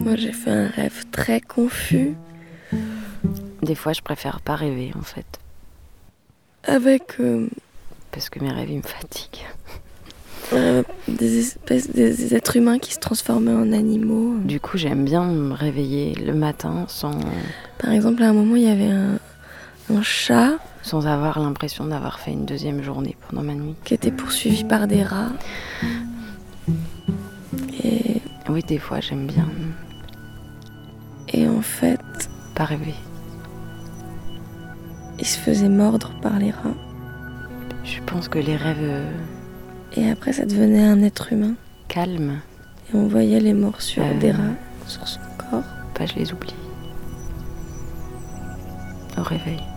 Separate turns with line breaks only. Moi, j'ai fait un rêve très confus
Des fois, je préfère pas rêver en fait,
avec euh,
parce que mes rêves ils me fatiguent.
euh, des espèces, des, des êtres humains qui se transformaient en animaux.
Du coup, j'aime bien me réveiller le matin sans,
Par exemple, à un moment, il y avait un, un chat
sans avoir l'impression d'avoir fait une deuxième journée pendant ma nuit.
qui était poursuivi par des rats. Et,
Oui, des fois, j'aime bien
et en fait,
pas rêver.
il se faisait mordre par les rats.
Je pense que les rêves euh,
Et après, ça devenait un être humain.
calmes,
Et on voyait les morsures
Euh.
des rats
bah,
sur son corps.
pas je les oublie. Au réveil.